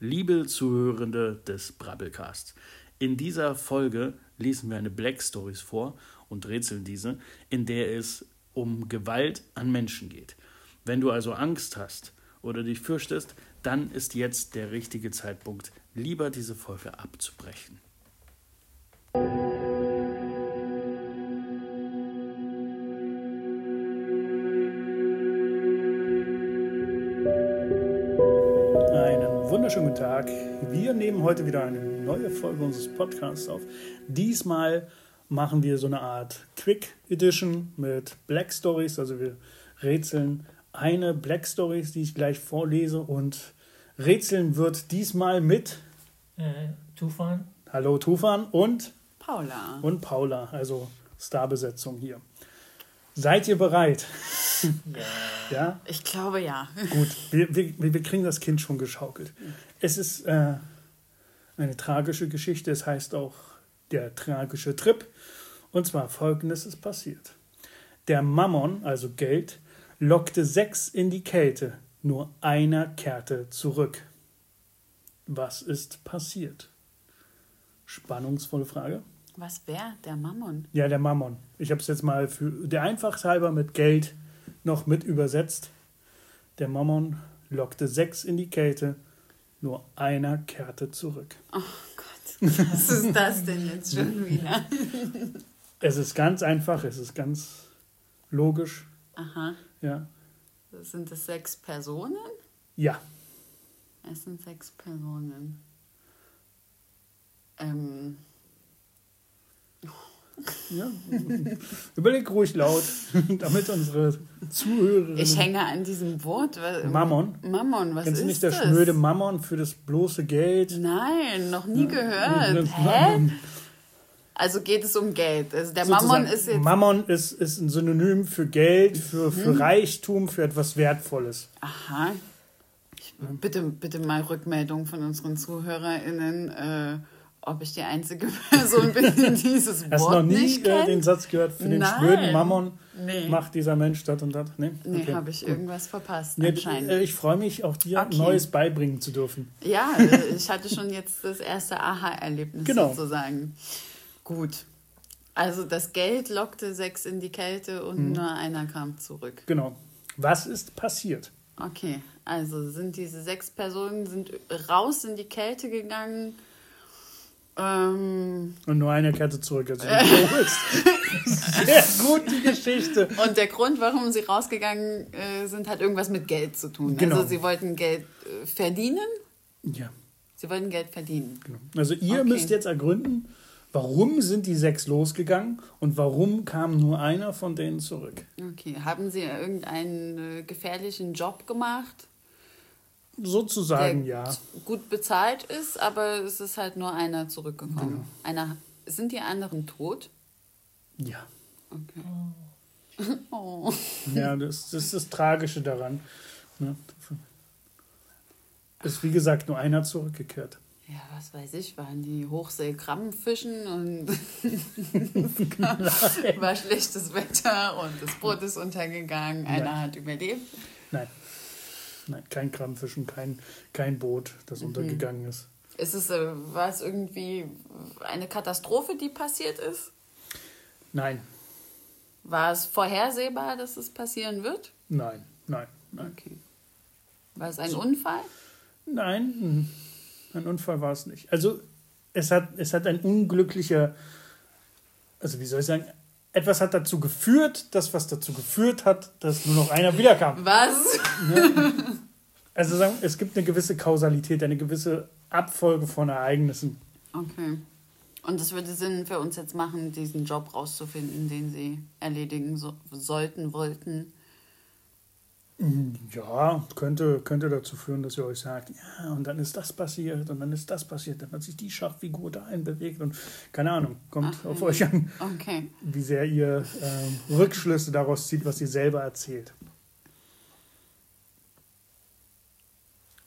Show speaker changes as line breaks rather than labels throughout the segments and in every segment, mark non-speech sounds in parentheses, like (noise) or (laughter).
Liebe Zuhörende des Brabbelcasts, in dieser Folge lesen wir eine Black Stories vor und rätseln diese, in der es um Gewalt an Menschen geht. Wenn du also Angst hast oder dich fürchtest, dann ist jetzt der richtige Zeitpunkt, lieber diese Folge abzubrechen.
Einen wunderschönen guten Tag. Wir nehmen heute wieder eine neue Folge unseres Podcasts auf. Diesmal machen wir so eine Art Quick Edition mit Black Stories. Also wir rätseln eine Black Stories, die ich gleich vorlese und rätseln wird diesmal mit
äh, Tufan.
Hallo Tufan und
Paula.
und Paula, also Starbesetzung hier. Seid ihr bereit? ja,
Ich glaube ja.
Gut, wir, wir, wir kriegen das Kind schon geschaukelt. Es ist äh, eine tragische Geschichte, es heißt auch der tragische Trip. Und zwar folgendes ist passiert. Der Mammon, also Geld, lockte sechs in die Kälte, nur einer kehrte zurück. Was ist passiert? Spannungsvolle Frage.
(laughs) Was wäre der Mammon?
Ja, der Mammon. Ich habe es jetzt mal für der Einfachheit halber mit Geld noch mit übersetzt. Der Mammon lockte sechs in die Kälte, nur einer kehrte zurück.
Oh Gott, was ist das denn jetzt schon wieder?
Es ist ganz einfach, es ist ganz logisch.
Aha.
Ja,
Sind das sechs Personen?
ja.
Es sind sechs Personen. Ähm,
ja. Überleg ruhig laut, damit unsere Zuhörerinnen.
ich hänge an diesem Wort. weil-
Mammon?
Mammon, was
Kennst du
ist
nicht der
das?
schnöde Mammon für das bloße Geld?
Nein, noch nie gehört. Hä?
Mammon.
Also geht es um Geld. Also der
sozusagen-
Mammon ist jetzt. Mhm.
Mammon ist, ist ein Synonym für Geld, für, für Reichtum, für etwas Wertvolles.
Aha. Ich, bitte, bitte mal Rückmeldung von unseren ZuhörerInnen, äh, ob ich die einzige (laughs) Person bin,
(laughs)
die dieses
Hast du noch
Wort
nie
nicht
äh,
kennt.
den Satz gehört, für den
Nein.
schnöden Mammon
Nee.
macht dieser Mensch das und das? Nee,
nee,
Okay.
habe ich irgendwas verpasst
Nee,
anscheinend.
äh, ich freue mich, auch dir
Okay.
Neues beibringen zu dürfen.
ja, äh, ich hatte schon jetzt das erste Aha-Erlebnis
Genau.
sozusagen. Gut. Also das Geld lockte sechs in die Kälte
Hm.
und nur einer kam zurück.
Genau. Was ist passiert?
Okay, also sind diese sechs Personen sind raus in die Kälte gegangen. Ähm,
Und nur eine Kette zurück.
(laughs)
Also du bist. Sehr gut, die Geschichte.
Und der Grund, warum sie rausgegangen äh, sind, hat irgendwas mit Geld zu tun.
Genau.
Also sie wollten Geld äh, verdienen.
Ja,
Sie wollten Geld verdienen.
genau. Also ihr
Okay.
müsst jetzt ergründen, warum sind die sechs losgegangen und warum kam nur einer von denen zurück?
Okay. Haben sie irgendeinen äh, gefährlichen Job gemacht,
Sozusagen ja.
gut bezahlt ist, aber es ist halt nur einer zurückgekommen.
Genau.
Einer. Sind die anderen tot?
Ja.
Okay. (laughs) Oh.
Ja, das, das ist das Tragische daran. Ne? Ist wie gesagt nur einer zurückgekehrt.
Ja, was weiß ich, waren die Hochseekrabbenfischen und (laughs) es war schlechtes Wetter und das Boot ist untergegangen, einer
Nein.
hat überlebt.
Nein. Nein, kein Krampfischen, kein, kein Boot, das untergegangen ist.
Ist es, äh, war es irgendwie eine Katastrophe, die passiert ist?
Nein,
War es vorhersehbar, dass es passieren wird?
nein, nein, nein.
Okay. War es ein Unfall?
Nein, mhm. ein Unfall war es nicht. Also es hat, es hat ein unglücklicher, also wie soll ich sagen, etwas hat dazu geführt, das was dazu geführt hat, dass nur noch einer wiederkam.
Was?
Also sagen, es gibt eine gewisse Kausalität, eine gewisse Abfolge von Ereignissen.
Okay. Und es würde Sinn für uns jetzt machen, diesen Job rauszufinden, den sie erledigen so sollten, wollten.
Ja, könnte, könnte dazu führen, dass ihr euch sagt, ja, und dann ist das passiert und dann ist das passiert, dann hat sich die Schachfigur dahin bewegt und keine Ahnung, kommt
Ach,
auf
ja.
euch an,
Okay.
wie sehr ihr ähm, Rückschlüsse daraus zieht, was ihr selber erzählt.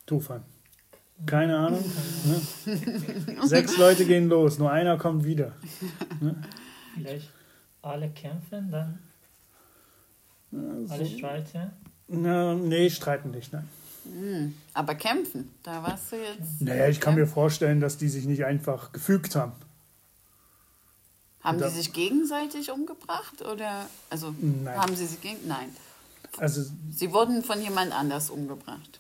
Tufan. Keine Ahnung. Ne? Sechs Leute gehen los, nur einer kommt wieder.
Vielleicht alle kämpfen, dann
Ja,
alle
so-
streiten.
Na, nee, streiten nicht, nein.
Hm. Aber kämpfen, da warst du jetzt.
Naja, ich kann mir vorstellen, dass die sich nicht einfach gefügt haben.
Haben
da-
die sich gegenseitig umgebracht? Oder also
Nein.
haben sie sich gegen. Nein.
Also,
Sie wurden von jemand anders umgebracht.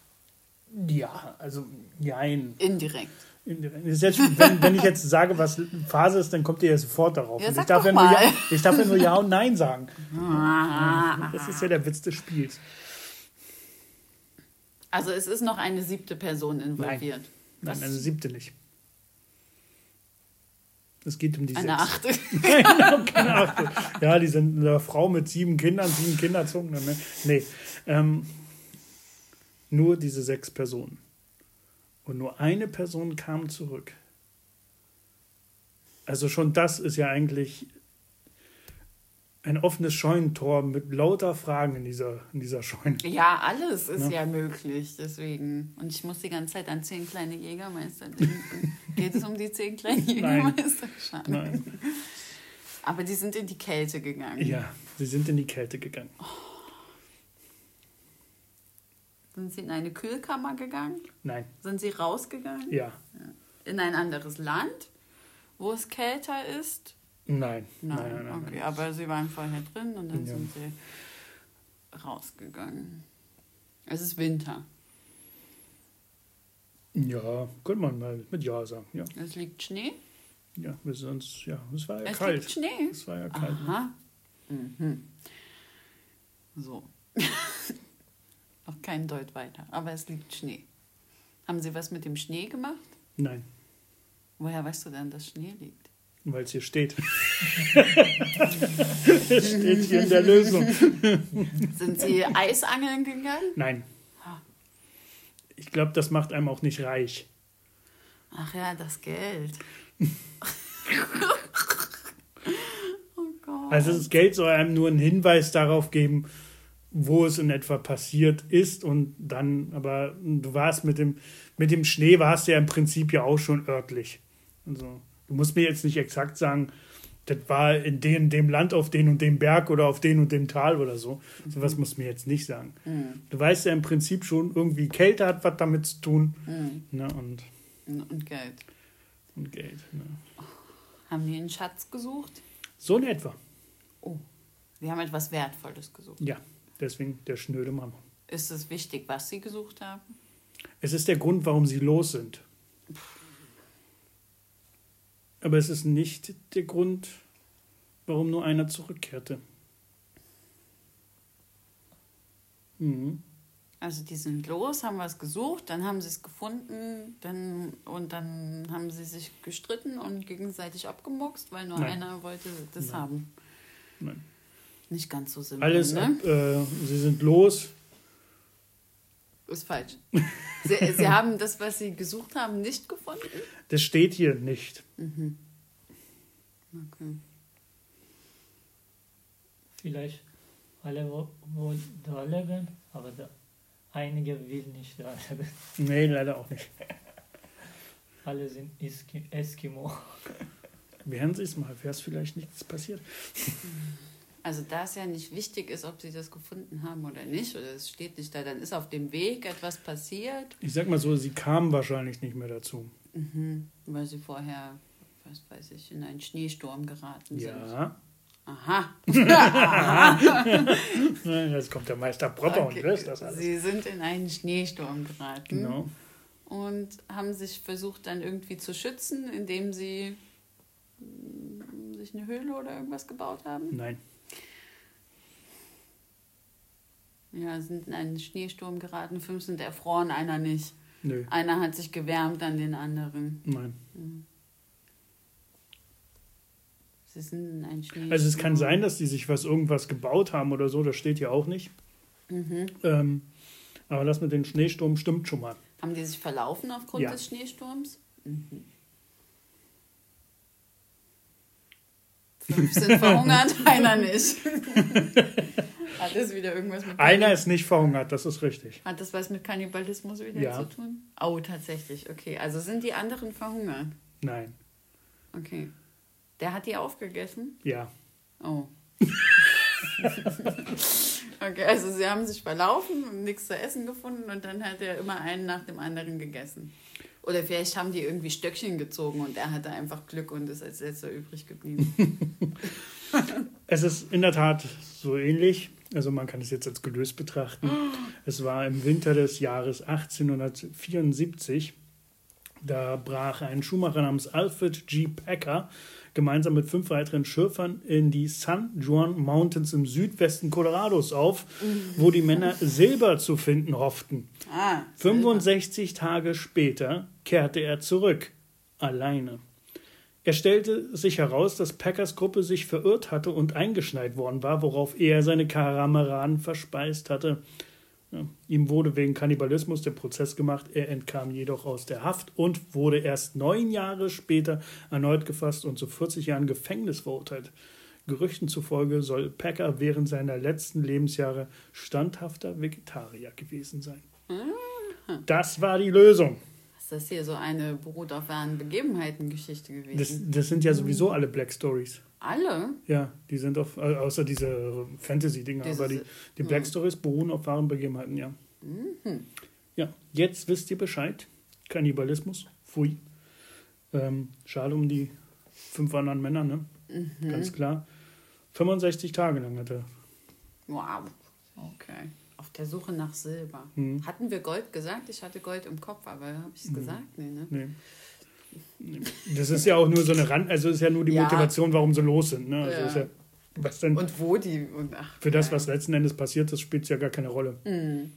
ja, also, nein.
Indirekt.
Indirekt. Das ist
(laughs)
jetzt, wenn, wenn ich jetzt sage, was Phase ist, dann kommt ihr ja sofort darauf.
Ja,
Und ich,
sag
darf
doch
ja nur ja,
mal.
ich darf ja nur Ja und Nein
(laughs)
sagen. Das ist ja der Witz des Spiels.
Also es ist noch eine siebte Person involviert.
Nein, eine siebte nicht. Es geht um die
Eine
sechs.
achte.
(laughs) Keine Ahnung. Ja, die sind eine Frau mit sieben Kindern, sieben Kinder zogen. Ne? Nee. Ähm, nur diese sechs Personen. Und nur eine Person kam zurück. Also schon das ist ja eigentlich ein offenes Scheunentor mit lauter Fragen in dieser, in dieser Scheune.
Ja, alles ist ja. möglich, deswegen. Und ich muss die ganze Zeit an zehn kleine Jägermeister denken. Geht es um die zehn
Nein.
kleinen Jägermeister? Schade.
Nein.
Aber die sind in die Kälte gegangen.
Ja, sie sind in die Kälte gegangen.
Sind sie in eine Kühlkammer gegangen?
Nein,
Sind sie rausgegangen?
ja,
In ein anderes Land, wo es kälter ist?
nein.
Nein, okay, aber sie waren vorher drin und dann
Ja.
sind sie rausgegangen. Es ist Winter.
Ja, könnte man mal mit Ja sagen. Ja,
Es liegt Schnee.
ja, wir sonst, ja, es war ja
es liegt
kalt.
Schnee.
Es war ja kalt. ne?
Aha. Mhm. So. (laughs) Noch kein Deut weiter, aber es liegt Schnee. Haben Sie was mit dem Schnee gemacht?
Nein,
Woher weißt du denn, dass Schnee liegt?
weil es hier steht. Es steht hier in der Lösung. (laughs)
Sind Sie Eisangeln gegangen?
Nein. Ich glaube, das macht einem auch nicht reich.
Ach ja, das
(laughs)
Geld. oh Gott.
Also das Geld soll einem nur einen Hinweis darauf geben, wo es in etwa passiert ist und dann, aber du warst mit dem, mit dem Schnee warst du ja im Prinzip ja auch schon örtlich. Also, du musst mir jetzt nicht exakt sagen, das war in dem, dem Land auf den und dem Berg oder auf den und dem Tal oder so. Sowas musst du mir jetzt nicht sagen. Du weißt ja im Prinzip schon, irgendwie Kälte hat was damit zu tun. Ne, und,
Hm, Und Geld.
und Geld. Ne.
Haben die einen Schatz gesucht?
So in etwa.
Oh, sie haben etwas Wertvolles gesucht.
Ja, deswegen der schnöde Mama.
Ist es wichtig, was sie gesucht haben?
Es ist der Grund, warum sie los sind. Aber es ist nicht der Grund, warum nur einer zurückkehrte. Mhm.
Also die sind los, haben was gesucht, dann haben sie es gefunden dann, und dann haben sie sich gestritten und gegenseitig abgemuckst, weil nur
Nein.
einer wollte das
Nein.
haben.
Nein.
Nicht ganz so simpel,
Alles
ne?
ab, äh, sie sind los.
Ist
(laughs)
falsch. Sie, sie haben das, was sie gesucht haben, nicht gefunden?
Das steht hier nicht.
Okay.
Vielleicht alle wo- wollen da leben, aber da, einige will nicht da leben.
Nee, leider auch nicht.
Alle sind Eski Eskimo.
Wären sie es mal, wäre es vielleicht nichts passiert.
Also da es ja nicht wichtig ist, ob sie das gefunden haben oder nicht, oder es steht nicht da, dann ist auf dem Weg etwas passiert,
Ich sag mal so, sie kamen wahrscheinlich nicht mehr dazu.
Mhm, weil sie vorher, was weiß ich, in einen Schneesturm geraten sind.
Ja.
Aha.
Jetzt kommt der Meister Propper und löst das alles.
Sie sind in einen Schneesturm geraten
Genau.
und haben sich versucht dann irgendwie zu schützen, indem sie mm, sich eine Höhle oder irgendwas gebaut haben.
Nein.
Ja, sind in einen Schneesturm geraten, fünf sind erfroren, einer nicht.
Nö.
Einer hat sich gewärmt an den anderen.
Nein.
Sie sind in einen Schneesturm.
Also es kann sein, dass die sich was irgendwas gebaut haben oder so, das steht ja auch nicht.
Mhm.
Ähm, aber das mit dem Schneesturm stimmt schon mal.
Haben die sich verlaufen aufgrund
Ja.
des Schneesturms? Mhm.
(laughs)
Fünf sind verhungert, einer nicht. (laughs) Hat das wieder irgendwas mit
Einer ist nicht verhungert, das ist richtig.
Hat das was mit Kannibalismus wieder
Ja.
zu tun? Oh, tatsächlich. Okay, also sind die anderen verhungert.
Nein.
Okay. Der hat die aufgegessen?
Ja.
Oh. (laughs) Okay, also sie haben sich verlaufen und nichts zu essen gefunden und dann hat er immer einen nach dem anderen gegessen. Oder vielleicht haben die irgendwie Stöckchen gezogen und er hatte einfach Glück und ist als letzter übrig
(laughs)
geblieben.
Es ist in der Tat so ähnlich. Also man kann es jetzt als gelöst betrachten. Es war im Winter des Jahres 1874. Da brach ein Schuhmacher namens Alfred G. Packer gemeinsam mit fünf weiteren Schürfern in die San Juan Mountains im Südwesten Colorados auf, wo die Männer Silber zu finden hofften.
Ah,
65 Tage später kehrte er zurück, alleine. Er stellte sich heraus, dass Packers Gruppe sich verirrt hatte und eingeschneit worden war, worauf er seine Kameraden verspeist hatte. Ja, ihm wurde wegen Kannibalismus der Prozess gemacht, er entkam jedoch aus der Haft und wurde erst neun Jahre später erneut gefasst und zu 40 Jahren Gefängnis verurteilt. Gerüchten zufolge soll Packer während seiner letzten Lebensjahre standhafter Vegetarier gewesen sein. Das war die Lösung.
Ist das hier so eine Brot auf wahren Begebenheiten-Geschichte
Das,
gewesen?
das sind ja sowieso alle Black Stories.
Alle?
Ja, die sind auf, äh, außer diese Fantasy-Dinger,
Dieses-
aber die, die Black Stories beruhen auf wahren Begebenheiten, ja.
Mhm.
Ja, jetzt wisst ihr Bescheid. Kannibalismus, pfui. Ähm, schade um die fünf anderen Männer, ne?
Mhm.
Ganz klar. 65 Tage lang hat er.
Wow. Okay. Auf der Suche nach Silber.
Hm.
Hatten wir Gold gesagt? Ich hatte Gold im Kopf, aber habe ich es gesagt? Nee, ne?
Nee. Nee. Das ist ja auch nur so eine Rand, also ist ja nur die
Ja.
Motivation, warum sie los sind. Ne? Also
Ja.
Ist ja, was denn,
Und wo die? Und ach,
für das,
nein.
was letzten Endes passiert ist, spielt es ja gar keine Rolle.
Hm.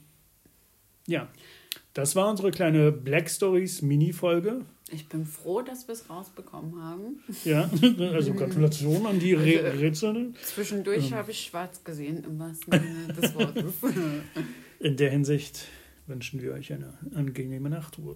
Ja, das war unsere kleine Black Stories Mini-Folge.
Ich bin froh, dass wir es rausbekommen haben.
Ja, (laughs) also Gratulation an die Re Rätsel.
Zwischendurch habe ich schwarz gesehen, im wahrsten Sinne des Wortes.
In der Hinsicht wünschen wir euch eine angenehme (laughs) Nachtruhe.